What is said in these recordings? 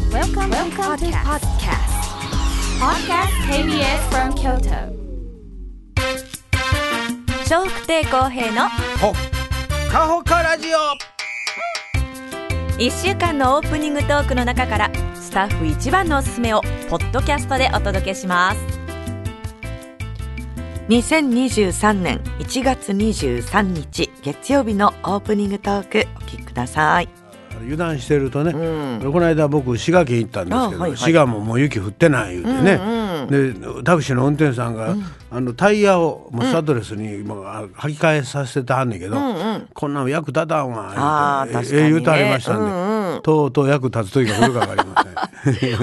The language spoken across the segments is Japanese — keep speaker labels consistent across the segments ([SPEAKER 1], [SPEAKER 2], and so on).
[SPEAKER 1] Welcome, to
[SPEAKER 2] Welcome to
[SPEAKER 1] podcast.
[SPEAKER 2] Podcast KBS from Kyoto.
[SPEAKER 1] 笑福亭公平の
[SPEAKER 3] ほっかほかラジオ
[SPEAKER 1] 1週間のオープニングトークの中からスタッフ一番のおすすめをポッドキャストでお届けします
[SPEAKER 4] 2023年1月23日月曜日のオープニングトークお聞きください。
[SPEAKER 3] 油断してるとね、
[SPEAKER 4] ん
[SPEAKER 3] この間僕滋賀県行ったんですけど、
[SPEAKER 4] あはいはい
[SPEAKER 3] 滋賀ももう雪降ってない言うてね、でタクシーの運転手さんが、あのタイヤをもうサドレスにもうあ履き替えさせてたんねんけど、こんなん役立たんわ
[SPEAKER 4] あー
[SPEAKER 3] 言う
[SPEAKER 4] 確
[SPEAKER 3] て
[SPEAKER 4] かにね
[SPEAKER 3] ええ言うてありましたんで、とうとう役立つ時が来るか分かり ません。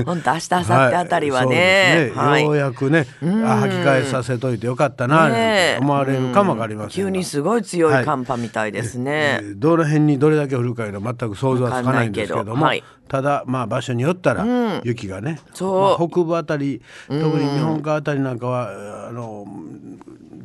[SPEAKER 4] 本当明日明後日あたりはね、
[SPEAKER 3] はいそうですねよう
[SPEAKER 4] はい
[SPEAKER 3] やくね、あ履き替えさせといてよかったな、
[SPEAKER 4] ねえ
[SPEAKER 3] と思われるかもわかりません
[SPEAKER 4] 急
[SPEAKER 3] が
[SPEAKER 4] にすごい強
[SPEAKER 3] はい
[SPEAKER 4] い寒波みたいです
[SPEAKER 3] え
[SPEAKER 4] ね。
[SPEAKER 3] ーどの辺にどれだけ降るかいうのは全く想像はつかないんですけど
[SPEAKER 4] わかん
[SPEAKER 3] も
[SPEAKER 4] ないけど
[SPEAKER 3] ただまあ場所によったら雪がね、
[SPEAKER 4] そう
[SPEAKER 3] まあ北部あたり特に日本海あたりなんかは、あの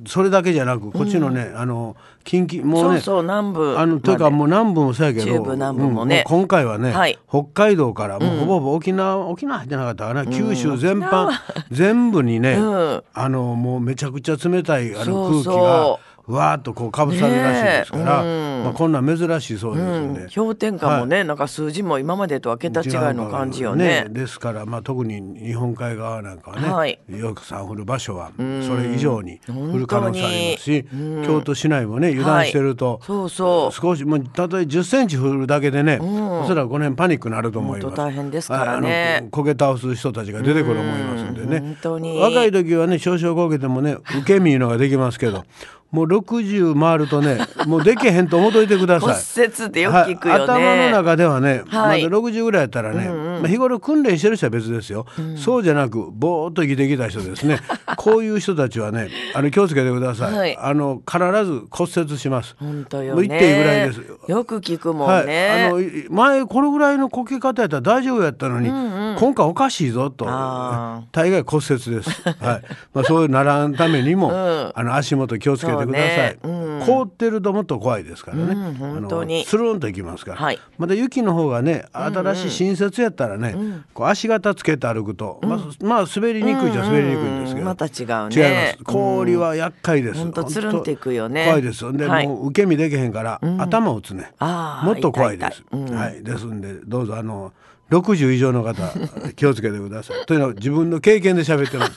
[SPEAKER 3] それだけじゃなくこっちのね、あの近畿もう
[SPEAKER 4] そ
[SPEAKER 3] ね
[SPEAKER 4] うそう南部
[SPEAKER 3] あのというかもう南部もそうやけど
[SPEAKER 4] 中部南部もね
[SPEAKER 3] うんう今回はね、
[SPEAKER 4] はい
[SPEAKER 3] 北海道からもうほぼほぼ沖縄、沖縄入ってなかったかな九州全般全部にね、
[SPEAKER 4] うん
[SPEAKER 3] あのもうめちゃくちゃ冷たい
[SPEAKER 4] そ
[SPEAKER 3] あの空
[SPEAKER 4] う
[SPEAKER 3] 気
[SPEAKER 4] そう
[SPEAKER 3] がわーっとこうかぶさるらしいですから、
[SPEAKER 4] ねえうん
[SPEAKER 3] まあ、こんなん珍しいそうですんで。
[SPEAKER 4] 氷点下もね、なんか数字も今までとは桁違いの感じよね。
[SPEAKER 3] ですから、まあ、特に日本海側なんかはね、
[SPEAKER 4] はい
[SPEAKER 3] よくさん降る場所はそれ以上に降る
[SPEAKER 4] 本
[SPEAKER 3] 可
[SPEAKER 4] 当
[SPEAKER 3] 能
[SPEAKER 4] に
[SPEAKER 3] 性ありますし、京都市内もね油断してると、
[SPEAKER 4] はいそうそう
[SPEAKER 3] 少しもうたとえ10センチ降るだけでね、おそらくこの辺パニックになると思いま
[SPEAKER 4] 本
[SPEAKER 3] す
[SPEAKER 4] 当大変ですからね
[SPEAKER 3] はいあのこ焦げ倒す人たちが出てくると思いますんでね
[SPEAKER 4] うん本当に
[SPEAKER 3] 若い時はね少々焦げてもね受け身いうのができますけどもう60回る とねもうできへんと思っといてくださ
[SPEAKER 4] 骨
[SPEAKER 3] い。
[SPEAKER 4] 折ってよく聞くよね。
[SPEAKER 3] はい頭の中ではね、
[SPEAKER 4] はい
[SPEAKER 3] まだ60ぐらいやったらね、まあ、日頃訓練してる人は別ですよ、そうじゃなくぼーっと生きてきた人で すねこういう人たちはねあの気をつけてください、
[SPEAKER 4] はい
[SPEAKER 3] あの必ず骨折します
[SPEAKER 4] 本当よ
[SPEAKER 3] もう
[SPEAKER 4] ね。
[SPEAKER 3] 1.2ぐらいです
[SPEAKER 4] よく聞くもん
[SPEAKER 3] はい、あ
[SPEAKER 4] ね。
[SPEAKER 3] のい前これぐらいのこけ方やったら大丈夫やったのに、今回おかしいぞと
[SPEAKER 4] あ
[SPEAKER 3] 大概骨折 です、はいまあ、そういうならんためにも、あの足元気をつけてください、
[SPEAKER 4] そう
[SPEAKER 3] 凍ってるともっと怖いですからね、
[SPEAKER 4] ん本当に
[SPEAKER 3] あのつるんといきますから、
[SPEAKER 4] はい
[SPEAKER 3] まだ雪の方がね新しい新雪やったらね、こう足型つけて歩くと、まあ、まあ滑りにくいじゃ滑りにくいんですけど、
[SPEAKER 4] また違う
[SPEAKER 3] 違い
[SPEAKER 4] ね。
[SPEAKER 3] ます氷は厄介です、
[SPEAKER 4] ほんとつるんっていくよね
[SPEAKER 3] 怖いですで、
[SPEAKER 4] はい
[SPEAKER 3] もう受け身できへんから、頭打つね
[SPEAKER 4] あー
[SPEAKER 3] もっと怖いです
[SPEAKER 4] 痛い痛いうん
[SPEAKER 3] はいですんでどうぞあの60以上の方 気をつけてくださいというのは自分の経験で喋 ってます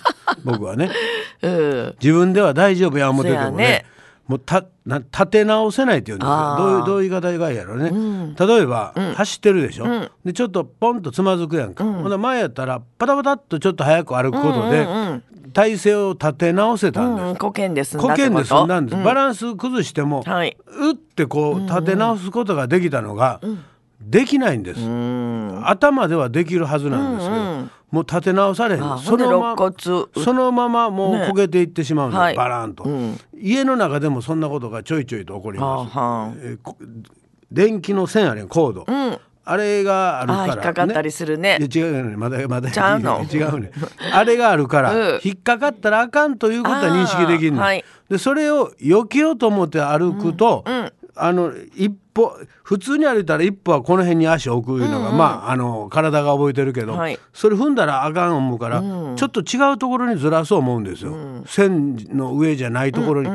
[SPEAKER 3] 僕はね
[SPEAKER 4] うん。
[SPEAKER 3] 自分では大丈夫や思ってても
[SPEAKER 4] そ
[SPEAKER 3] ね
[SPEAKER 4] やね
[SPEAKER 3] もうたな立て直せないっていうんですよ
[SPEAKER 4] あ
[SPEAKER 3] ど
[SPEAKER 4] ー
[SPEAKER 3] ういうどういう言い方がいいやろね、例えば、走ってるでしょ、でちょっとポンとつまずくやんか、ほんなら前やったらパタパタっとちょっと早く歩くことで、体勢を立て直せたんです、
[SPEAKER 4] うん、古剣ですんだ
[SPEAKER 3] こ
[SPEAKER 4] って
[SPEAKER 3] けん
[SPEAKER 4] こ
[SPEAKER 3] で
[SPEAKER 4] と
[SPEAKER 3] 済んだんです、バランス崩しても、
[SPEAKER 4] はい。
[SPEAKER 3] うってこう立て直すことができたのが、できないんです、頭ではできるはずなんですけど、もう立て直されへん
[SPEAKER 4] あ
[SPEAKER 3] その
[SPEAKER 4] ほ
[SPEAKER 3] ま
[SPEAKER 4] ん
[SPEAKER 3] ま
[SPEAKER 4] で肋骨
[SPEAKER 3] そのままもう
[SPEAKER 4] ね
[SPEAKER 3] 焦げていってしまうんです、
[SPEAKER 4] はい
[SPEAKER 3] バラーンと、
[SPEAKER 4] うん
[SPEAKER 3] 家の中でもそんなことがちょいちょいと起こり
[SPEAKER 4] はあ
[SPEAKER 3] ます、
[SPEAKER 4] は
[SPEAKER 3] えーこ電気の線あれコード、あれがあるから、
[SPEAKER 4] あー引っかかったりするね
[SPEAKER 3] いや違うよねまだまだ
[SPEAKER 4] ちゃうの
[SPEAKER 3] 違うねあれがあるから、
[SPEAKER 4] うん
[SPEAKER 3] 引っかかったらあかんということは認識できるの、
[SPEAKER 4] あーはい
[SPEAKER 3] でそれを避けようと思って歩くと、あの一歩普通に歩いたら一歩はこの辺に足を置くいうのが、まああの体が覚えてるけど、
[SPEAKER 4] はい
[SPEAKER 3] それ踏んだらあかん思うから、ちょっと違うところにずらそう思うんですよ、線の上じゃないところに、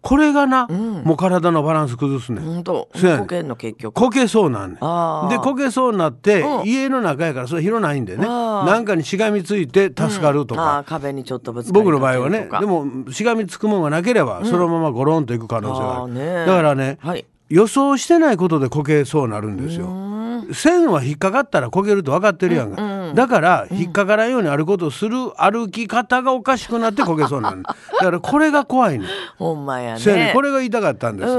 [SPEAKER 3] これがな、もう体のバランス崩すねん、
[SPEAKER 4] ん。本当。
[SPEAKER 3] そうやね
[SPEAKER 4] 古剣の結局。
[SPEAKER 3] こけそうなんね
[SPEAKER 4] あー
[SPEAKER 3] でこけそうになって、
[SPEAKER 4] うん
[SPEAKER 3] 家の中やからそれ広ないんでね
[SPEAKER 4] あー
[SPEAKER 3] なんかにしがみついて助かると
[SPEAKER 4] ああ
[SPEAKER 3] か、
[SPEAKER 4] ー壁にちょっとぶつかり
[SPEAKER 3] 僕の場合はね
[SPEAKER 4] かけ
[SPEAKER 3] で
[SPEAKER 4] るとか
[SPEAKER 3] もしがみつくもんがなければそのままゴロンといく可能性がある、
[SPEAKER 4] あーね
[SPEAKER 3] だからね、
[SPEAKER 4] はい
[SPEAKER 3] 予想してないことでこけそうなるんですよ。線は引っかかったらこけると分かってるやんか、だから引っかからんように歩くことをする歩き方がおかしくなってこけそうなるだからこれが怖 いね
[SPEAKER 4] ほんまや
[SPEAKER 3] せやね
[SPEAKER 4] ね。
[SPEAKER 3] これが言いたかったんです、あ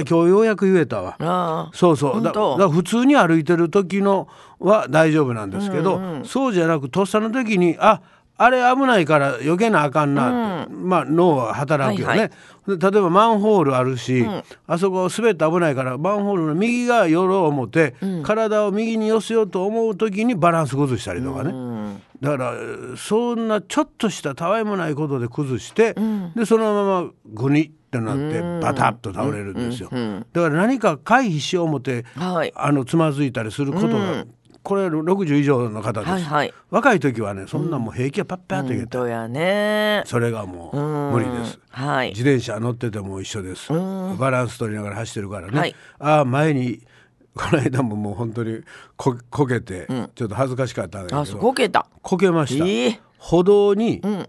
[SPEAKER 3] ー今日ようやく言えたわ
[SPEAKER 4] ああ
[SPEAKER 3] そうそう
[SPEAKER 4] 本
[SPEAKER 3] だ
[SPEAKER 4] 当
[SPEAKER 3] だから普通に歩いてる時のは大丈夫なんですけど、そうじゃなくとっさの時にああれ危ないから避けなあかんなって、まあ脳は働くよね、
[SPEAKER 4] はいは
[SPEAKER 3] で例えばマンホールあるし、あそこ滑って危ないからマンホールの右側寄ろう思って、体を右に寄せようと思う時にバランス崩したりとかね、だからえーそんなちょっとしたたわいもないことで崩して、でそのままグニってなってバタッと倒れるんですよ、だから何か回避しよう思って、
[SPEAKER 4] はい
[SPEAKER 3] あのつまずいたりすることがこれ60以上の方です、
[SPEAKER 4] はいはい
[SPEAKER 3] 若い時はねそんなもう平気はパッパッといけ
[SPEAKER 4] 本
[SPEAKER 3] た、
[SPEAKER 4] 当やね
[SPEAKER 3] それがもう
[SPEAKER 4] うん
[SPEAKER 3] 無理です、
[SPEAKER 4] はい
[SPEAKER 3] 自転車乗ってても一緒ですバランス取りながら走ってるからね、
[SPEAKER 4] はい
[SPEAKER 3] ああ前にこの間ももう本当にここけて、ちょっと恥ずかしかったんだ
[SPEAKER 4] あ
[SPEAKER 3] け
[SPEAKER 4] そ
[SPEAKER 3] ど
[SPEAKER 4] こけた
[SPEAKER 3] こけま
[SPEAKER 4] え
[SPEAKER 3] した、
[SPEAKER 4] ー
[SPEAKER 3] 歩道に、
[SPEAKER 4] ん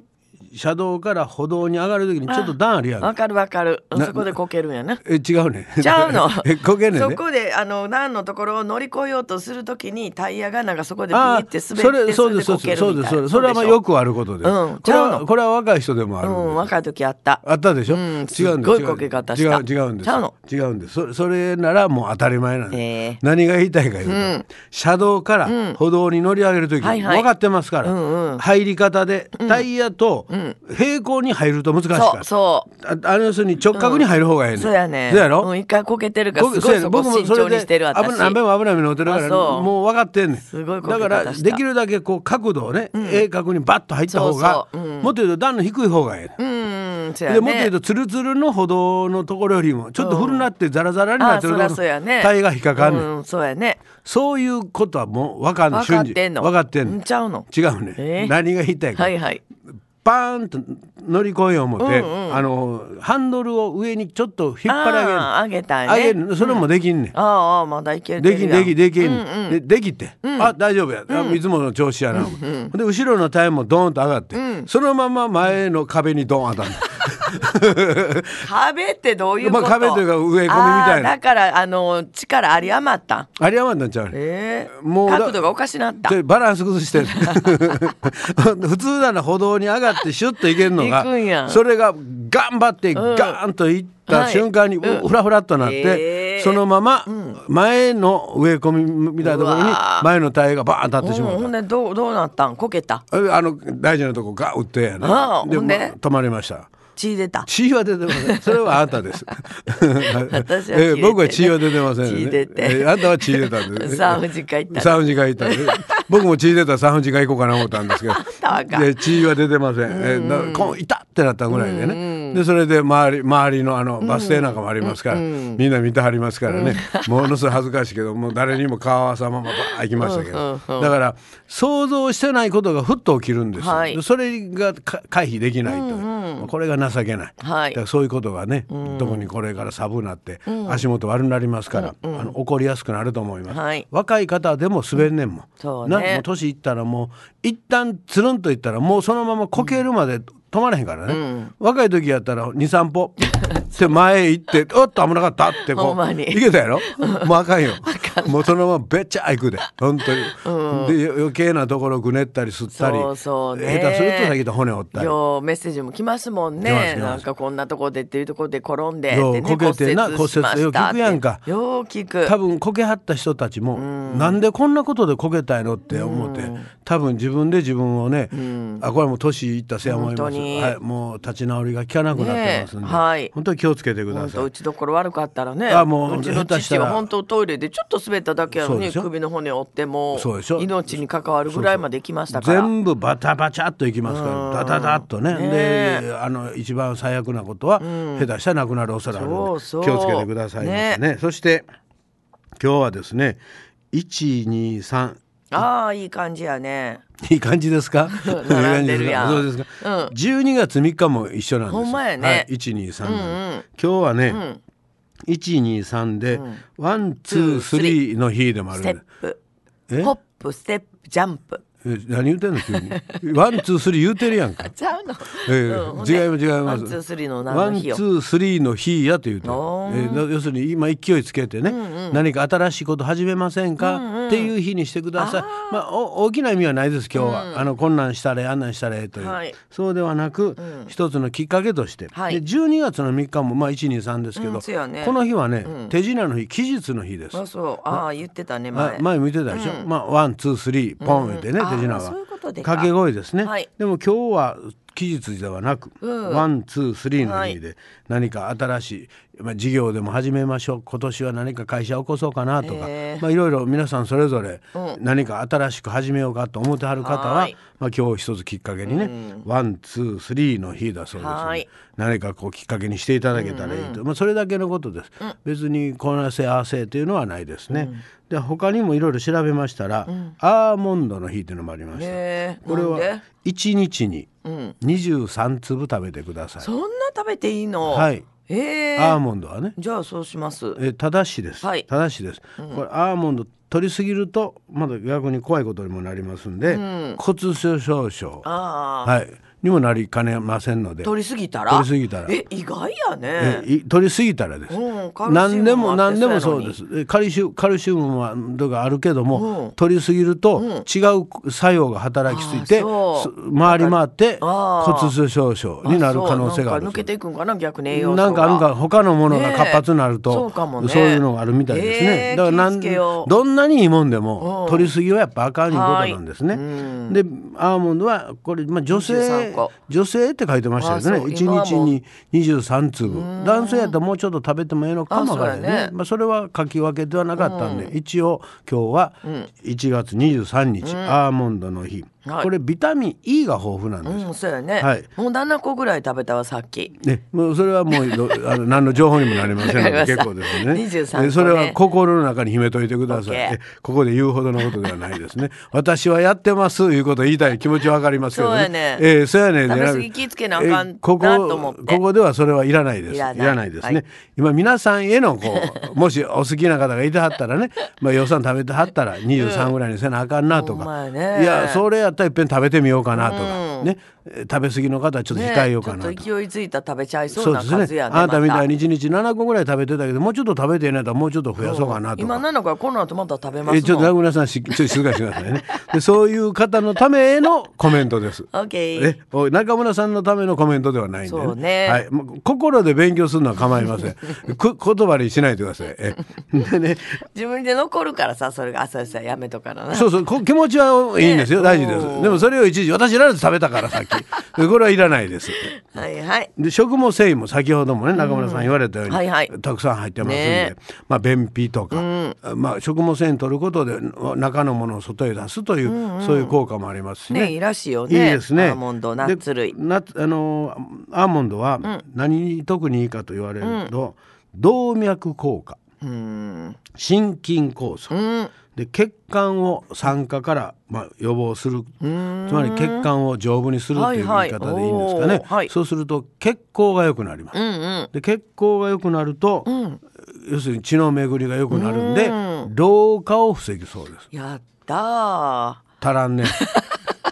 [SPEAKER 3] 車道から歩道に上がる時にちょっと段あるや
[SPEAKER 4] わ
[SPEAKER 3] ん
[SPEAKER 4] かるわかる
[SPEAKER 3] な
[SPEAKER 4] そこでこけるんやな
[SPEAKER 3] え違うね
[SPEAKER 4] ちゃうの
[SPEAKER 3] えこけんねん
[SPEAKER 4] そ
[SPEAKER 3] ね
[SPEAKER 4] こであの何のところを乗り越えようとするときにタイヤがなんかそこでピー
[SPEAKER 3] あ
[SPEAKER 4] っ
[SPEAKER 3] あ
[SPEAKER 4] て滑って
[SPEAKER 3] それそう
[SPEAKER 4] れ
[SPEAKER 3] で
[SPEAKER 4] です
[SPEAKER 3] そ
[SPEAKER 4] こ
[SPEAKER 3] う
[SPEAKER 4] け
[SPEAKER 3] で
[SPEAKER 4] るみたいな
[SPEAKER 3] すそうですそうですそれはまあ
[SPEAKER 4] でしょ
[SPEAKER 3] よくあることで、
[SPEAKER 4] うん
[SPEAKER 3] これ
[SPEAKER 4] ちゃう
[SPEAKER 3] は
[SPEAKER 4] の
[SPEAKER 3] これは若い人でもあるん
[SPEAKER 4] う
[SPEAKER 3] です、
[SPEAKER 4] ん若い時あった
[SPEAKER 3] あったでしょ、
[SPEAKER 4] うん
[SPEAKER 3] 違うんです
[SPEAKER 4] すっごい
[SPEAKER 3] 違う
[SPEAKER 4] こけ方した
[SPEAKER 3] 違う違うんです
[SPEAKER 4] ちゃうの
[SPEAKER 3] 違うんですそれそれならもう当たり前なんです、
[SPEAKER 4] へえ
[SPEAKER 3] 何が言いたいか言うと、車道から歩道に乗り上げる時、
[SPEAKER 4] はいはい
[SPEAKER 3] 分かってますから、
[SPEAKER 4] うんうん
[SPEAKER 3] 入り方でタイヤと平行に入ると難しいか
[SPEAKER 4] そ
[SPEAKER 3] ら
[SPEAKER 4] う、そ
[SPEAKER 3] ああの要するに直角に入る方がいいね、
[SPEAKER 4] うそうやね
[SPEAKER 3] そうやろ、
[SPEAKER 4] うん一回こけてるから
[SPEAKER 3] 僕
[SPEAKER 4] すごいそこ慎重にしてる
[SPEAKER 3] 危ない
[SPEAKER 4] 私
[SPEAKER 3] 何べも危ない目に遭ってるか
[SPEAKER 4] あ
[SPEAKER 3] ら
[SPEAKER 4] そう
[SPEAKER 3] もう分かってんね
[SPEAKER 4] すごい
[SPEAKER 3] ん
[SPEAKER 4] こけ方
[SPEAKER 3] だから
[SPEAKER 4] した
[SPEAKER 3] できるだけこう角度をね、鋭角にバッと入った方が
[SPEAKER 4] そうそううん
[SPEAKER 3] もっと言うと段の低い方がいい、
[SPEAKER 4] うんそう
[SPEAKER 3] で
[SPEAKER 4] や
[SPEAKER 3] もっと言う
[SPEAKER 4] ね
[SPEAKER 3] とツルツルの歩道のところよりもちょっと古なってザラザラになってるとこ
[SPEAKER 4] あそらそうや
[SPEAKER 3] ろ
[SPEAKER 4] ね
[SPEAKER 3] タイヤが引っかかんねん、
[SPEAKER 4] うんそうやね
[SPEAKER 3] そういうことはもう分かんない
[SPEAKER 4] 分かってんの
[SPEAKER 3] 分かってんね
[SPEAKER 4] うんちゃうの
[SPEAKER 3] 違うね、
[SPEAKER 4] えー
[SPEAKER 3] 何が言いたいか、
[SPEAKER 4] はいはい
[SPEAKER 3] バーンと乗り越えよう思って、
[SPEAKER 4] うんうん
[SPEAKER 3] あのハンドルを上にちょっと引っ張り上げる
[SPEAKER 4] あー上げたいね
[SPEAKER 3] 上げるそれもできんねん、
[SPEAKER 4] ああああまだいける
[SPEAKER 3] できんできんできん
[SPEAKER 4] うんうん
[SPEAKER 3] でできて、あ大丈夫や、あいつもの調子やな、で後ろのタイムもドーンと上がって、そのまま前の壁にドーン当たる、
[SPEAKER 4] 壁ってどういうこと、
[SPEAKER 3] まあ壁というか植え込みみたいな
[SPEAKER 4] あーだからあの力あり余ったん
[SPEAKER 3] ありやまんなっちゃうね
[SPEAKER 4] えー、
[SPEAKER 3] もうだ
[SPEAKER 4] 角度がおかしなった
[SPEAKER 3] でバランス 崩してる普通なら歩道に上がってシュッといけるの
[SPEAKER 4] 行くんや
[SPEAKER 3] がそれが頑張ってガーンといっ
[SPEAKER 4] は
[SPEAKER 3] た
[SPEAKER 4] い
[SPEAKER 3] 瞬間に
[SPEAKER 4] うん
[SPEAKER 3] ふらふらっとなって、
[SPEAKER 4] へー
[SPEAKER 3] そのまま前の植え込みみたいなところ
[SPEAKER 4] う
[SPEAKER 3] に
[SPEAKER 4] わー
[SPEAKER 3] 前のタイヤがバーン当たってしま
[SPEAKER 4] うん
[SPEAKER 3] う
[SPEAKER 4] ほんでどうどうなったんこけた
[SPEAKER 3] ああの大事なとこガー打ってやね
[SPEAKER 4] ああほんで
[SPEAKER 3] ま止まりました
[SPEAKER 4] 血出た
[SPEAKER 3] 血は出てませんそれはあんたです
[SPEAKER 4] 私は血出てね
[SPEAKER 3] えー僕は血は出てません、ね、
[SPEAKER 4] 血出て
[SPEAKER 3] えーあんたは血出たんで す、ね、
[SPEAKER 4] 産婦人科行ったの
[SPEAKER 3] 産婦人科行ったんです僕も血出たら産婦人科行こうかな思ったん ですけど
[SPEAKER 4] たはあかん
[SPEAKER 3] で血は出てません、えーなこう痛ってなったぐらいでね、でそれで周り周りのあのバス停なんかもありますから、みんな見てはりますからね、ものすごい恥ずかしいけどもう誰にも顔合わさままバー行きましたけど、だから想像してないことがふっと起きるんですよ、
[SPEAKER 4] はい
[SPEAKER 3] でそれがか回避できないという、これが情けない、
[SPEAKER 4] はい
[SPEAKER 3] だからそういうことがね、特にこれから寒くなって、足元悪なりますから、あの起こりやすくなると思います、
[SPEAKER 4] はい
[SPEAKER 3] 若い方でも滑んねんもん、
[SPEAKER 4] そうね
[SPEAKER 3] なもう年いったらもう一旦つるんといったらもうそのままこけるまで止まらへんからね、若い時やったら23歩 って前行っておっと危なかったって
[SPEAKER 4] ほ
[SPEAKER 3] こ
[SPEAKER 4] ん
[SPEAKER 3] う
[SPEAKER 4] まに
[SPEAKER 3] 行けた やろもうあかんよもうそのままべっちゃー行くで本当に、で余計なところぐねったりすったり
[SPEAKER 4] そうそうね
[SPEAKER 3] 下手すると先と骨折ったり。
[SPEAKER 4] ようメッセージも来ますもん
[SPEAKER 3] 来ま
[SPEAKER 4] ね
[SPEAKER 3] す来ます
[SPEAKER 4] なんかこんなとこでっていうところで転んで
[SPEAKER 3] よう
[SPEAKER 4] でね
[SPEAKER 3] こけてな
[SPEAKER 4] 骨折しました
[SPEAKER 3] 骨折よう聞くやんか
[SPEAKER 4] ってよう聞く
[SPEAKER 3] 多分こけはった人たちも、なんでこんなことでこけたいのって思って、多分自分で自分をね、あこれはもう年いったせや思いま
[SPEAKER 4] 本
[SPEAKER 3] す、
[SPEAKER 4] 当に
[SPEAKER 3] はい、もう立ち直りが利かなくなってますんで、
[SPEAKER 4] ねえはい
[SPEAKER 3] 本当に気をつけてくだ
[SPEAKER 4] 本
[SPEAKER 3] さ
[SPEAKER 4] 当
[SPEAKER 3] い。
[SPEAKER 4] 打ちどころ悪かったらね
[SPEAKER 3] あもう
[SPEAKER 4] ちの
[SPEAKER 3] 下手した
[SPEAKER 4] 父
[SPEAKER 3] ら
[SPEAKER 4] は本当トイレでちょっと滑っただけやの
[SPEAKER 3] そう
[SPEAKER 4] に
[SPEAKER 3] でしょ
[SPEAKER 4] 首の骨折っても
[SPEAKER 3] そうでしょ
[SPEAKER 4] 命に関わるぐらいまで行きましたから
[SPEAKER 3] 全部バタバチャっといきますからダダダっとね
[SPEAKER 4] ね
[SPEAKER 3] であの一番最悪なことは、下手したらなくなる恐れあるので
[SPEAKER 4] そうそう
[SPEAKER 3] 気をつけてくださいませねそして今日はですね123
[SPEAKER 4] ああいい感じやね
[SPEAKER 3] いい感じですか。
[SPEAKER 4] 並んでるやん
[SPEAKER 3] そうですか。十二、月三日も一緒なんですよ。
[SPEAKER 4] ほんまやね
[SPEAKER 3] はい、一二三。今日はね、一二三でワンツースリーの日でもある
[SPEAKER 4] ス
[SPEAKER 3] ん
[SPEAKER 4] テ
[SPEAKER 3] で
[SPEAKER 4] ッ。プ
[SPEAKER 3] え
[SPEAKER 4] ホップステップジャンプ
[SPEAKER 3] え何言うてんの急に。ワンツースリー言うてるやん か。
[SPEAKER 4] ちゃうの、
[SPEAKER 3] え
[SPEAKER 4] うんほん
[SPEAKER 3] ー、
[SPEAKER 4] で
[SPEAKER 3] 違います違います。
[SPEAKER 4] ワンツースリーの
[SPEAKER 3] ワ
[SPEAKER 4] 何の
[SPEAKER 3] ンツ
[SPEAKER 4] 日よ
[SPEAKER 3] ースリーの日やというてる、え
[SPEAKER 4] おー
[SPEAKER 3] ーな要するに今勢いつけてね、何か新しいこと始めませんか、っていう日にしてくださいまあお大きな意味はないです今日は、あのこんなんしたらええあんなんしたらええという、
[SPEAKER 4] はい
[SPEAKER 3] そうではなく、一つのきっかけとして、
[SPEAKER 4] はい
[SPEAKER 3] で12月の3日もまあ123ですけど、
[SPEAKER 4] うんそうやね
[SPEAKER 3] この日はね、手品の日期日の日です
[SPEAKER 4] あそうああ言ってたね
[SPEAKER 3] あ
[SPEAKER 4] 前
[SPEAKER 3] 前見てたでしょ、まあワンツースリーポン言ってね、
[SPEAKER 4] あー
[SPEAKER 3] 手品は
[SPEAKER 4] そういうことでか
[SPEAKER 3] 掛け声ですね、
[SPEAKER 4] はい
[SPEAKER 3] でも今日は期日ではなく
[SPEAKER 4] うん
[SPEAKER 3] ワンツースリーの意味で何か新しいまあ、事業でも始めましょう今年は何か会社を起こそうかなとか、
[SPEAKER 4] へえ
[SPEAKER 3] まあ、いろいろ皆さんそれぞれ
[SPEAKER 4] うん
[SPEAKER 3] 何か新しく始めようかと思ってはる方は
[SPEAKER 4] はい
[SPEAKER 3] まあ、今日一つきっかけにねワンツースリーの日だそうですの
[SPEAKER 4] は
[SPEAKER 3] で、
[SPEAKER 4] い
[SPEAKER 3] 何かこうきっかけにしていただけたらいいと、まあ、それだけのことです、別にこなせ合わせというのはないですね、で他にもいろいろ調べましたら、アーモンドの日というのもありました、
[SPEAKER 4] へえ
[SPEAKER 3] これ
[SPEAKER 4] なん
[SPEAKER 3] は
[SPEAKER 4] で
[SPEAKER 3] 1日に
[SPEAKER 4] うん
[SPEAKER 3] 23粒食べてください、
[SPEAKER 4] そんな食べていいの
[SPEAKER 3] はい
[SPEAKER 4] へえ
[SPEAKER 3] アーモンドはね
[SPEAKER 4] じゃあそうします
[SPEAKER 3] えただしです、
[SPEAKER 4] はい
[SPEAKER 3] ただしです、これアーモンド取りすぎるとまだ逆に怖いことにもなりますんで、骨粗鬆症
[SPEAKER 4] ああ、
[SPEAKER 3] はいにもなりかねませんので
[SPEAKER 4] 取りすぎたら
[SPEAKER 3] 取りすぎたら
[SPEAKER 4] え意外や
[SPEAKER 3] え
[SPEAKER 4] ね
[SPEAKER 3] い取りすぎたらです、
[SPEAKER 4] うんカルシウムもあっ
[SPEAKER 3] 何でも
[SPEAKER 4] て
[SPEAKER 3] 何でも
[SPEAKER 4] そうやの
[SPEAKER 3] そう
[SPEAKER 4] に
[SPEAKER 3] ですえカルシウカルシウムはとかあるけども、
[SPEAKER 4] うん
[SPEAKER 3] 取りすぎると違う作用が働きついて、
[SPEAKER 4] あーそう
[SPEAKER 3] す回り回って
[SPEAKER 4] あー
[SPEAKER 3] 骨粗鬆症になる可能性があ
[SPEAKER 4] そうな
[SPEAKER 3] る
[SPEAKER 4] んか抜けていくんかな逆に栄養素が
[SPEAKER 3] なんかあるか他のものが活発になると、
[SPEAKER 4] ねえそうかもね
[SPEAKER 3] いうのがあるみたいですね、
[SPEAKER 4] えー
[SPEAKER 3] だからな
[SPEAKER 4] 気を
[SPEAKER 3] ん
[SPEAKER 4] つけよう
[SPEAKER 3] どんなにいいもんで
[SPEAKER 4] う
[SPEAKER 3] も
[SPEAKER 4] ん
[SPEAKER 3] 取りすぎはやっぱあかんいうことなんですね、
[SPEAKER 4] はいう
[SPEAKER 3] でアーモンドはこれ、まあ、女性
[SPEAKER 4] 23個
[SPEAKER 3] 女性って書いてました
[SPEAKER 4] あ
[SPEAKER 3] よ
[SPEAKER 4] そ
[SPEAKER 3] ね
[SPEAKER 4] う
[SPEAKER 3] 一
[SPEAKER 4] 今は
[SPEAKER 3] 日
[SPEAKER 4] もう
[SPEAKER 3] に23粒男性やったらもうちょっと食べてもいいのかもわからないね
[SPEAKER 4] あそうやね
[SPEAKER 3] まあ、それは書き分けではなかったんで、一応今日は1月23日、アーモンドの日、
[SPEAKER 4] はい
[SPEAKER 3] これビタミン E が豊富なんですよ、
[SPEAKER 4] うんそうやね、
[SPEAKER 3] はい
[SPEAKER 4] もう7個ぐらい食べたわさっき
[SPEAKER 3] ね、もうそれはもう どあの何の情報にもなりませんの
[SPEAKER 4] わか
[SPEAKER 3] で
[SPEAKER 4] りまし
[SPEAKER 3] 結
[SPEAKER 4] た
[SPEAKER 3] 構ですね
[SPEAKER 4] 23個ね
[SPEAKER 3] えそれは心の中に秘めといてください、
[SPEAKER 4] OK
[SPEAKER 3] えここで言うほどのことではないですね私はやってますいうことを言いたい気持ちはわかりますけどね
[SPEAKER 4] そうやね
[SPEAKER 3] えーそうやね
[SPEAKER 4] 食べ過ぎ
[SPEAKER 3] じゃなく
[SPEAKER 4] 気ぃつけなあかん
[SPEAKER 3] えここ
[SPEAKER 4] なと思って
[SPEAKER 3] ここではそれはいらないです
[SPEAKER 4] い
[SPEAKER 3] い
[SPEAKER 4] ら
[SPEAKER 3] ら
[SPEAKER 4] ない
[SPEAKER 3] ないですね、
[SPEAKER 4] はい
[SPEAKER 3] 今皆さんへのこ うもしお好きな方がいてはったらねまあ予算食べてはったら23ぐらいにせなあかんなと
[SPEAKER 4] ほんま
[SPEAKER 3] か、
[SPEAKER 4] やね
[SPEAKER 3] いやそれやったらいっぺん食べてみようかなとか、ねえー食べ過ぎの方はちょっと
[SPEAKER 4] ね
[SPEAKER 3] 控えようかな
[SPEAKER 4] ちょ
[SPEAKER 3] と
[SPEAKER 4] っ
[SPEAKER 3] か
[SPEAKER 4] と。勢いついたら食べちゃいそ
[SPEAKER 3] そうう
[SPEAKER 4] な
[SPEAKER 3] です
[SPEAKER 4] 数
[SPEAKER 3] ね。
[SPEAKER 4] や
[SPEAKER 3] あ
[SPEAKER 4] ね
[SPEAKER 3] なたみたい
[SPEAKER 4] に
[SPEAKER 3] に一日7個ぐらい食べてたけどもうちょっと食べていないともうちょっと増やそうかなとか。
[SPEAKER 4] 今7個はこの後また食べますもん
[SPEAKER 3] えちょっと中村さんしちょっと静かにしてくださいね でそういう方のためへのコメントです。
[SPEAKER 4] オッケー
[SPEAKER 3] えお中村さんのためのコメントではないんで、
[SPEAKER 4] そうね
[SPEAKER 3] はい、もう心で勉強するのは構いま せんく言葉にしないでくださいえでね
[SPEAKER 4] 自分で残るからさそれが朝さやめとからな
[SPEAKER 3] そうそうこ気持ちはいいんですよ
[SPEAKER 4] ね
[SPEAKER 3] 大事で
[SPEAKER 4] う
[SPEAKER 3] す
[SPEAKER 4] ん
[SPEAKER 3] でもそれを一時私らず食べたからさっきでこれはいらないです
[SPEAKER 4] はいはい
[SPEAKER 3] で食物繊維も先ほどもね中村さん言われたように、
[SPEAKER 4] はいはい
[SPEAKER 3] たくさん入ってますんで、
[SPEAKER 4] ね
[SPEAKER 3] まあ、便秘とか、まあ、食物繊維取ることで中のものを外へ出すという、そういう効果もありますしね。
[SPEAKER 4] ねいいらしいよ
[SPEAKER 3] いい
[SPEAKER 4] ね
[SPEAKER 3] ですね。
[SPEAKER 4] アーモンドナッツ類
[SPEAKER 3] でナッツあのーアーモンドは何に特にいいかと言われると、動脈硬化、
[SPEAKER 4] うん
[SPEAKER 3] 心筋梗塞、
[SPEAKER 4] うん
[SPEAKER 3] で血管を酸化から、まあ、予防するつまり血管を丈夫にするという言い方でいいんですかね、
[SPEAKER 4] はいはいおーはい
[SPEAKER 3] そうすると血行が良くなります、
[SPEAKER 4] うんうん
[SPEAKER 3] で血行が良くなると、
[SPEAKER 4] ん
[SPEAKER 3] 要するに血の巡りが良くなるんで、
[SPEAKER 4] う
[SPEAKER 3] 老化を防ぐそうです
[SPEAKER 4] やったー
[SPEAKER 3] 足 らんね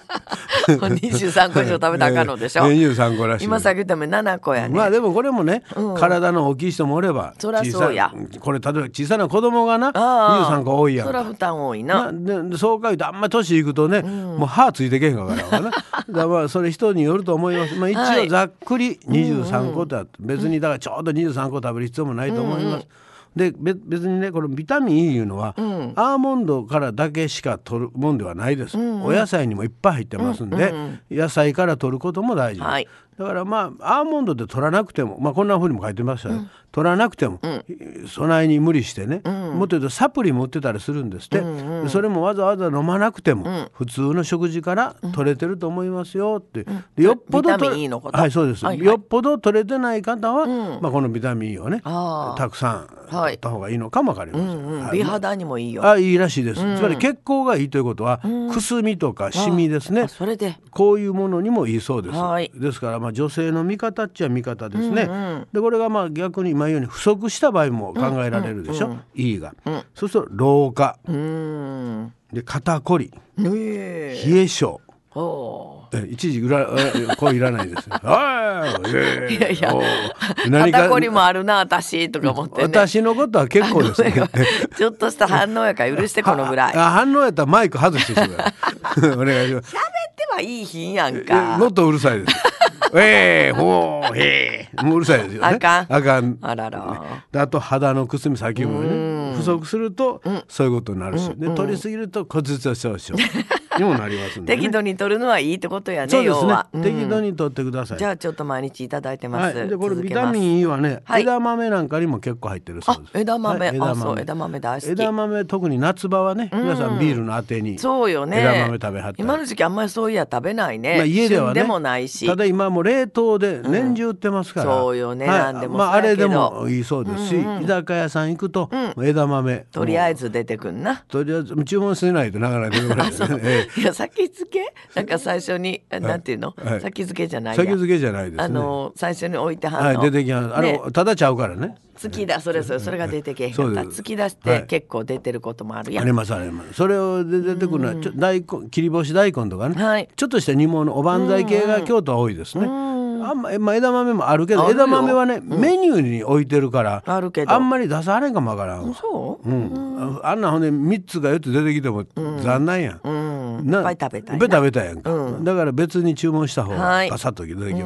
[SPEAKER 4] 23個以上食べたらあかんのでし ょ、
[SPEAKER 3] メニュー参考らしい
[SPEAKER 4] 今さっき言ったもん7個やね、
[SPEAKER 3] まあでもこれもね、体の大きい人もおれば
[SPEAKER 4] そら
[SPEAKER 3] 小
[SPEAKER 4] そうや
[SPEAKER 3] さいこれ例えば小さな子供がな
[SPEAKER 4] ああ
[SPEAKER 3] 23個多いやん
[SPEAKER 4] そ
[SPEAKER 3] か
[SPEAKER 4] ら負担多い
[SPEAKER 3] ま
[SPEAKER 4] な、
[SPEAKER 3] あ、ででそうか言うとあんま年いくとね、もう歯ついてけへんから かなだからまあそれ人によると思います、まあ、一
[SPEAKER 4] はい
[SPEAKER 3] 応ざっくり23個とあって、別にだからちょうど23個食べる必要もないと思います。でべ別にねこのビタミン E いうのは、アーモンドからだけしか取るもんではないです、お野菜にもいっぱい入ってますんで、野菜から取ることも大事です、
[SPEAKER 4] はい
[SPEAKER 3] だからまあアーモンドで取らなくても、まあ、こんなふうにも書いてましたよ、取らなくても、備えに無理してね、もっと言うとサプリも売ってたりするんですって、でそれもわざわざ飲まなくても、普通の食事から取れてると思いますよって、でよっぽど
[SPEAKER 4] ビタ
[SPEAKER 3] 取
[SPEAKER 4] ミン
[SPEAKER 3] れ
[SPEAKER 4] E のこと
[SPEAKER 3] はいそうです、
[SPEAKER 4] はいはい
[SPEAKER 3] よっぽど取れてない方は、まあ、このビタミン E をね
[SPEAKER 4] あー
[SPEAKER 3] たくさん
[SPEAKER 4] はい
[SPEAKER 3] 取った方がいいのかもわかりません。
[SPEAKER 4] うん、
[SPEAKER 3] はい
[SPEAKER 4] 美肌にもいいよ
[SPEAKER 3] あいいらしいです、つまり血行がいいということは、くすみとかシミですね、
[SPEAKER 4] あそれで
[SPEAKER 3] こういうものにもいいそうです。
[SPEAKER 4] はい
[SPEAKER 3] ですからまあ女性の味方っちゃ味方ですね。でこれがまあ逆に今言うように不足した場合も考えられるでしょ。E が、そうすると老化
[SPEAKER 4] うーん
[SPEAKER 3] で肩こり、
[SPEAKER 4] ええ
[SPEAKER 3] 冷え性。
[SPEAKER 4] お
[SPEAKER 3] え一時裏 え声いらないですよ。はい
[SPEAKER 4] いやいや
[SPEAKER 3] おー
[SPEAKER 4] ー
[SPEAKER 3] 何か
[SPEAKER 4] 肩こりもあるな私とか思ってね
[SPEAKER 3] 私のことは結構ですね。
[SPEAKER 4] ちょっとした反応やから許して このぐらいや
[SPEAKER 3] あ反応やったらマイク外してください。 お願いします。
[SPEAKER 4] ってはいい品やん
[SPEAKER 3] え
[SPEAKER 4] か
[SPEAKER 3] もっとうるさいです。ええほうええもううるさいですよね。
[SPEAKER 4] あかん
[SPEAKER 3] あかん。
[SPEAKER 4] あらら
[SPEAKER 3] であと肌のくすみ先ほどもね。不足するとそういうことになるし、で取りすぎると骨折症状 にもなりますんで、ね、
[SPEAKER 4] 適度に取るのはいいってことやね
[SPEAKER 3] そうです
[SPEAKER 4] 要
[SPEAKER 3] ね
[SPEAKER 4] は、うん
[SPEAKER 3] 適度に取ってください
[SPEAKER 4] じゃあちょっと毎日いただいてま
[SPEAKER 3] は
[SPEAKER 4] す、
[SPEAKER 3] い、でこれ
[SPEAKER 4] 続
[SPEAKER 3] ビ
[SPEAKER 4] け
[SPEAKER 3] タ
[SPEAKER 4] ます
[SPEAKER 3] ミン E はね、
[SPEAKER 4] はい
[SPEAKER 3] 枝豆なんかにも結構入ってるそうです
[SPEAKER 4] あ枝豆
[SPEAKER 3] はい
[SPEAKER 4] あそう枝豆大好き
[SPEAKER 3] 枝豆特に夏場はね、皆さんビールのあてに
[SPEAKER 4] そうよね
[SPEAKER 3] 枝豆食べはったり
[SPEAKER 4] 今の時期あんまりそういや食べないね、
[SPEAKER 3] まあ、家ではね
[SPEAKER 4] 旬でもないした
[SPEAKER 3] だ今もう冷凍で年中売ってますから、
[SPEAKER 4] そうよねなんでも
[SPEAKER 3] まあ、
[SPEAKER 4] そ
[SPEAKER 3] あ
[SPEAKER 4] うや
[SPEAKER 3] れ
[SPEAKER 4] けど
[SPEAKER 3] でもいいそうですし、居酒屋さん行くと、枝豆
[SPEAKER 4] とりあえ
[SPEAKER 3] ず
[SPEAKER 4] ず出てくんな
[SPEAKER 3] とりあえず注文しないとなかなか出 てこないですねえ
[SPEAKER 4] いや先付けなんか最初に、なんていうの、
[SPEAKER 3] はい
[SPEAKER 4] 先付けじゃな
[SPEAKER 3] え
[SPEAKER 4] いや
[SPEAKER 3] 先付けじゃないですね
[SPEAKER 4] あの最初に置いてはん
[SPEAKER 3] は
[SPEAKER 4] の、
[SPEAKER 3] い出てきますあれ、
[SPEAKER 4] ね
[SPEAKER 3] ただちゃうからね
[SPEAKER 4] 突き出それそれそれが出てけへんかった
[SPEAKER 3] そうです
[SPEAKER 4] 突き出し
[SPEAKER 3] は
[SPEAKER 4] て
[SPEAKER 3] い
[SPEAKER 4] 結構出てることもあるや
[SPEAKER 3] あ
[SPEAKER 4] ん、
[SPEAKER 3] りますありますそれをで出てくるのはちょ大根切り干し大根とかね、
[SPEAKER 4] はい
[SPEAKER 3] ちょっとした煮物おばんざい系が京都は多いですね、あんままあ枝豆もあるけ
[SPEAKER 4] あ
[SPEAKER 3] ど
[SPEAKER 4] るよ
[SPEAKER 3] 枝豆はね、メニューに置いてるから
[SPEAKER 4] あるけど
[SPEAKER 3] んまり出されんかもわからんわ
[SPEAKER 4] そう、
[SPEAKER 3] うん、あんなほんで3つか4つ出てきても残念やん、ない
[SPEAKER 4] っぱい食べたいない
[SPEAKER 3] っぱい食べたいやんか、だから別に注文した方
[SPEAKER 4] は
[SPEAKER 3] が
[SPEAKER 4] い
[SPEAKER 3] パサッと出てきて、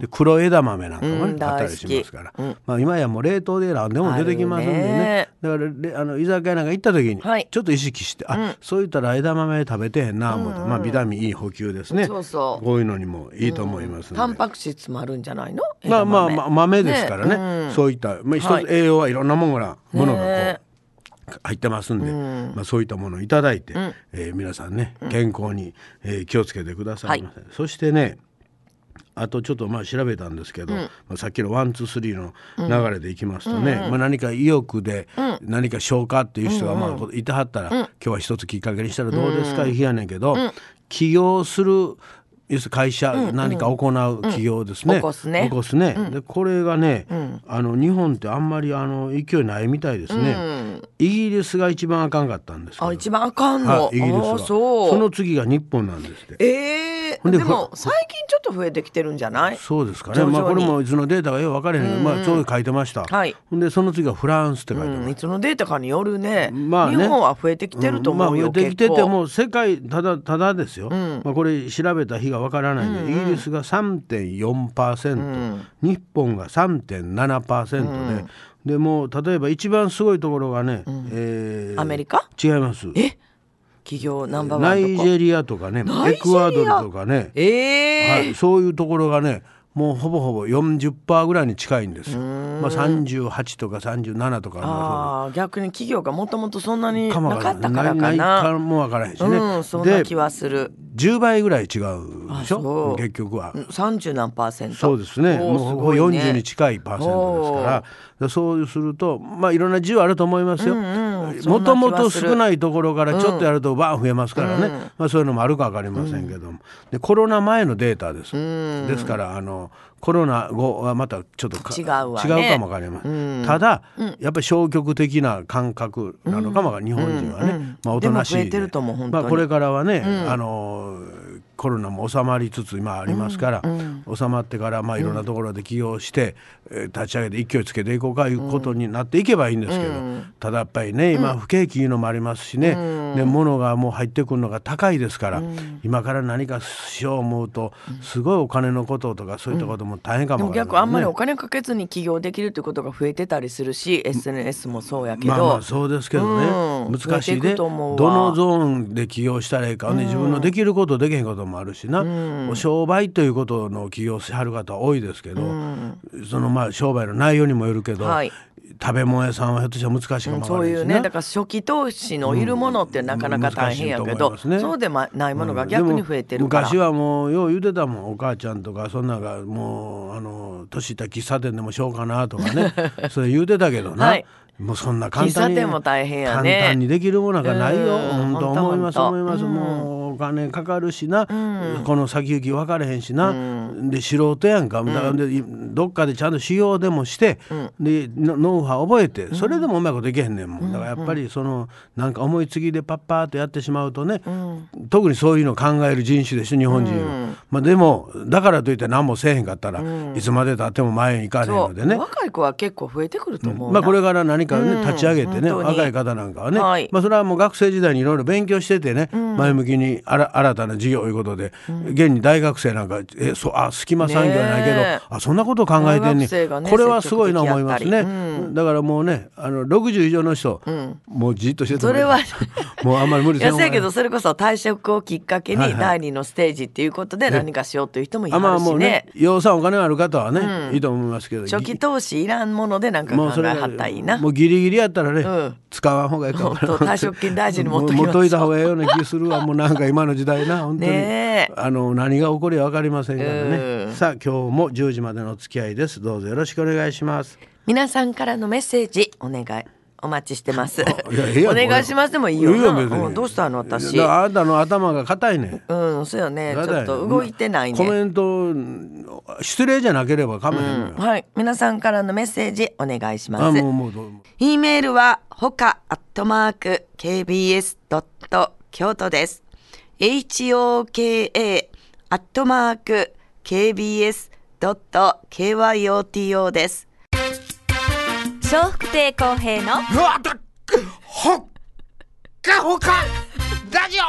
[SPEAKER 3] で黒枝豆なんかもね、
[SPEAKER 4] うん
[SPEAKER 3] あった
[SPEAKER 4] 大好
[SPEAKER 3] りし
[SPEAKER 4] き
[SPEAKER 3] ますから、まあ、今やもう冷凍で何でも出てきますんでねだかられあの居酒屋なんか行った時に
[SPEAKER 4] はい
[SPEAKER 3] ちょっと意識して、あそういったら枝豆食べてへんな思って、まあ、ビタミン E 補給ですね
[SPEAKER 4] そうそう
[SPEAKER 3] こういうのにもいいと思いますんで、
[SPEAKER 4] タンパク質もあるんじゃないの
[SPEAKER 3] まあ
[SPEAKER 4] 枝豆
[SPEAKER 3] まあまあ豆ですからねそういった、まあ、
[SPEAKER 4] は
[SPEAKER 3] 一
[SPEAKER 4] い
[SPEAKER 3] つ栄養はいろんなものがものがこう、
[SPEAKER 4] ね
[SPEAKER 3] 入ってますんで、まあ、そういったものをいただいて、えー皆さんね健康に、えー気をつけてくださいませ、そしてねあとちょっとまあ調べたんですけど、まあ、さっきのワンツースリーの流れでいきますとね、まあ、何か意欲で何か消化っていう人がまあいてはったら、今日は一つきっかけにしたらどうですかいう日やねんけど、起業する要するに会社、何か行う企業ですね、
[SPEAKER 4] 起こすね
[SPEAKER 3] 起こすね、でこれがね、あの日本ってあんまりあの勢いないみたいですね、イギリスが一番あかんかったんですけど
[SPEAKER 4] あ一番あかんの、
[SPEAKER 3] はいイギリス
[SPEAKER 4] あ
[SPEAKER 3] は
[SPEAKER 4] ーそう
[SPEAKER 3] の次が日本なんですって
[SPEAKER 4] えー、
[SPEAKER 3] ほんで
[SPEAKER 4] でも最近ちょっと増えてきてるんじゃない
[SPEAKER 3] そうですか
[SPEAKER 4] 徐
[SPEAKER 3] ね
[SPEAKER 4] 々に
[SPEAKER 3] まあこれもそのデータがよく分かれへんけど、まあそう書いてました、
[SPEAKER 4] はい
[SPEAKER 3] ほんでその次がフランスって書いてます、
[SPEAKER 4] うんいつのデータかによるね,、
[SPEAKER 3] まあね
[SPEAKER 4] 日本は増えてきてると思うよ、
[SPEAKER 3] まあ、増えてきて
[SPEAKER 4] 結
[SPEAKER 3] て
[SPEAKER 4] 構
[SPEAKER 3] もう世界ただただですよ、まあ、これ調べた日がわからないんで、イギリスが3.4%、日本が3.7%で、でもう例えば一番すごいところがね、えー
[SPEAKER 4] アメリカ
[SPEAKER 3] 違います
[SPEAKER 4] え企業ナンバーワ
[SPEAKER 3] ナ
[SPEAKER 4] ン
[SPEAKER 3] イ
[SPEAKER 4] と
[SPEAKER 3] ジ
[SPEAKER 4] か
[SPEAKER 3] ェリアとかね
[SPEAKER 4] ナイジェ
[SPEAKER 3] エ
[SPEAKER 4] リ
[SPEAKER 3] ク
[SPEAKER 4] ア
[SPEAKER 3] アドルとかね、
[SPEAKER 4] えー
[SPEAKER 3] はい、そういうところがねもうほぼほぼ40%ぐらいに近いんですよ、まあ、38とか37とかまあそう
[SPEAKER 4] ああ逆に企業がもともとそんなにな
[SPEAKER 3] かもわ
[SPEAKER 4] か
[SPEAKER 3] から
[SPEAKER 4] っ
[SPEAKER 3] ん
[SPEAKER 4] たから
[SPEAKER 3] な
[SPEAKER 4] か
[SPEAKER 3] いないか
[SPEAKER 4] な
[SPEAKER 3] もわからへんしね、
[SPEAKER 4] うんそんな気はする
[SPEAKER 3] 10倍ぐらい違うでし
[SPEAKER 4] あそ
[SPEAKER 3] ょ
[SPEAKER 4] う
[SPEAKER 3] 結局は。
[SPEAKER 4] 三十何パーセント
[SPEAKER 3] そうですね
[SPEAKER 4] おー
[SPEAKER 3] もう
[SPEAKER 4] す
[SPEAKER 3] ここ
[SPEAKER 4] ごいね
[SPEAKER 3] 40に近いパーセントですからでそうするとまあいろんな自由あると思いますよもともと少ないところからちょっとやるとバーン増えますからね、まあ、そういうのもあるか分かりませんけども、でコロナ前のデータです、ですからあのコロナ後はまたちょっとか
[SPEAKER 4] 違うわね
[SPEAKER 3] 違うかもわかります、ただ、やっぱり消極的な感覚なのかもわかんない日本人はね、まあおとなしい
[SPEAKER 4] でも増えてると思う本当
[SPEAKER 3] ま
[SPEAKER 4] に
[SPEAKER 3] あ、これからはね、あのコロナも収まりつつ今ありますから、収まってから、まあ、いろんなところで起業して、えー立ち上げて勢いつけていこうかいうことになっていけばいいんですけど、ただやっぱりね今不景気いうのもありますしね、で物がもう入ってくるのが高いですから、今から何かしよう思うとすごいお金のこととかそういったことも大変か
[SPEAKER 4] でも
[SPEAKER 3] もわから
[SPEAKER 4] 逆あんまり
[SPEAKER 3] ね
[SPEAKER 4] お金かけずに起業できるってことが増えてたりするし SNS もそうやけど、
[SPEAKER 3] まあまあそうですけどね、
[SPEAKER 4] うん
[SPEAKER 3] 難しい
[SPEAKER 4] 増えてい
[SPEAKER 3] で
[SPEAKER 4] くと
[SPEAKER 3] ど
[SPEAKER 4] 思うわ
[SPEAKER 3] のゾーンで起業したらいいかね、自分のできることできへんこともあるしな、お商売ということの起業しはる方多いですけど、そのまあ商売の内容にもよるけど、
[SPEAKER 4] はい
[SPEAKER 3] 食べ物屋さんはひょっとしたら難しいかもわか
[SPEAKER 4] そう
[SPEAKER 3] ら
[SPEAKER 4] い
[SPEAKER 3] な
[SPEAKER 4] う
[SPEAKER 3] いし
[SPEAKER 4] ね
[SPEAKER 3] な
[SPEAKER 4] だから初期投資のいるものってなかなか大変やけど、
[SPEAKER 3] 難しいと思いますね
[SPEAKER 4] そうでもないものが逆に増えてるから、
[SPEAKER 3] でも昔はもうよう言うてたもんお母ちゃんとかそんなんがもうあの年いった喫茶店でもしようかなとか ねそれ言うてたけどな、
[SPEAKER 4] はい
[SPEAKER 3] もうそんな簡単に
[SPEAKER 4] 喫茶店も大変やね
[SPEAKER 3] 簡単にできるものがないよ
[SPEAKER 4] うん
[SPEAKER 3] 本当思います
[SPEAKER 4] ほんと
[SPEAKER 3] 思いますもうお金かかるしな、この先行き分かれへんしな、で素人やんかだからでどっかでちゃんと修行でもして、でノノウハウ覚えてそれでもうまいこといけへんねんもんだからやっぱりそのなんか思いつきでパッパーっとやってしまうとね、特にそういうのを考える人種でしょ日本人は、まあ、でもだからといって何もせえへんかったら、いつまでたっても前に行かれへん
[SPEAKER 4] そ
[SPEAKER 3] の
[SPEAKER 4] う
[SPEAKER 3] でね
[SPEAKER 4] 若い子は結構増えてくると思うな、
[SPEAKER 3] まあ、これから何かね立ち上げてね、
[SPEAKER 4] 本当に
[SPEAKER 3] 若い方なんかはね、
[SPEAKER 4] はい
[SPEAKER 3] まあ、それはもう学生時代にいろいろ勉強しててね、前向きにあら新たな事業いうことで、現に大学生なんかえそうあ隙間産業やないけど、
[SPEAKER 4] ねえ
[SPEAKER 3] あそんなこと考えてん
[SPEAKER 4] 大
[SPEAKER 3] ね
[SPEAKER 4] 学生が
[SPEAKER 3] ん
[SPEAKER 4] ね
[SPEAKER 3] これはすごいな思いますね、
[SPEAKER 4] 積極的やったり
[SPEAKER 3] だからもうねあの60以上の人、
[SPEAKER 4] ん
[SPEAKER 3] もうじっとしてても
[SPEAKER 4] それは
[SPEAKER 3] もうあんまり無理
[SPEAKER 4] い
[SPEAKER 3] せん
[SPEAKER 4] や
[SPEAKER 3] 方
[SPEAKER 4] せ
[SPEAKER 3] が
[SPEAKER 4] やけどそれこそ退職をきっかけ
[SPEAKER 3] はい
[SPEAKER 4] に
[SPEAKER 3] はい
[SPEAKER 4] 第二のステージっていうことで何かしようという人もい
[SPEAKER 3] あまあ
[SPEAKER 4] る
[SPEAKER 3] も
[SPEAKER 4] し
[SPEAKER 3] う
[SPEAKER 4] ね
[SPEAKER 3] ね予算お金ある方はね、いいと思いますけど
[SPEAKER 4] 初期投資いらんものでなんか考
[SPEAKER 3] もうそ
[SPEAKER 4] え
[SPEAKER 3] れ
[SPEAKER 4] はったらいいな
[SPEAKER 3] もうギリギリやったらね、
[SPEAKER 4] ん
[SPEAKER 3] 使わん方がいいか
[SPEAKER 4] ほ
[SPEAKER 3] も
[SPEAKER 4] んと退職金大事に持っときましょう
[SPEAKER 3] も持っといた方がいいような気するわもうなんか今の時代な本当に、
[SPEAKER 4] ねえ
[SPEAKER 3] あの何が起こり分かりませんからね、
[SPEAKER 4] うん
[SPEAKER 3] さあ今日も10時までのお付き合いですどうぞよろしくお願いします
[SPEAKER 4] 皆さんからのメッセージお願いお待ちしてます
[SPEAKER 3] いやええや
[SPEAKER 4] お
[SPEAKER 3] んこれ
[SPEAKER 4] 願いしますでもいいよ
[SPEAKER 3] や別に
[SPEAKER 4] うんどうしたの私
[SPEAKER 3] いやあなたの頭が硬いねん
[SPEAKER 4] うんそうよねち
[SPEAKER 3] 硬い
[SPEAKER 4] ょっと動いてない
[SPEAKER 3] コメ
[SPEAKER 4] ね
[SPEAKER 3] ント失礼じゃなければかまへんのよ、
[SPEAKER 4] はい皆さんからのメッセージお願いし
[SPEAKER 3] あ
[SPEAKER 4] ます
[SPEAKER 3] もうもうどうも
[SPEAKER 4] E メールはほかアットマーク KBS ドット京都です。HOKA アットマーク KBS ドット KYOTO です。
[SPEAKER 1] 笑福亭公平の
[SPEAKER 5] うわだっほっかほかラジオ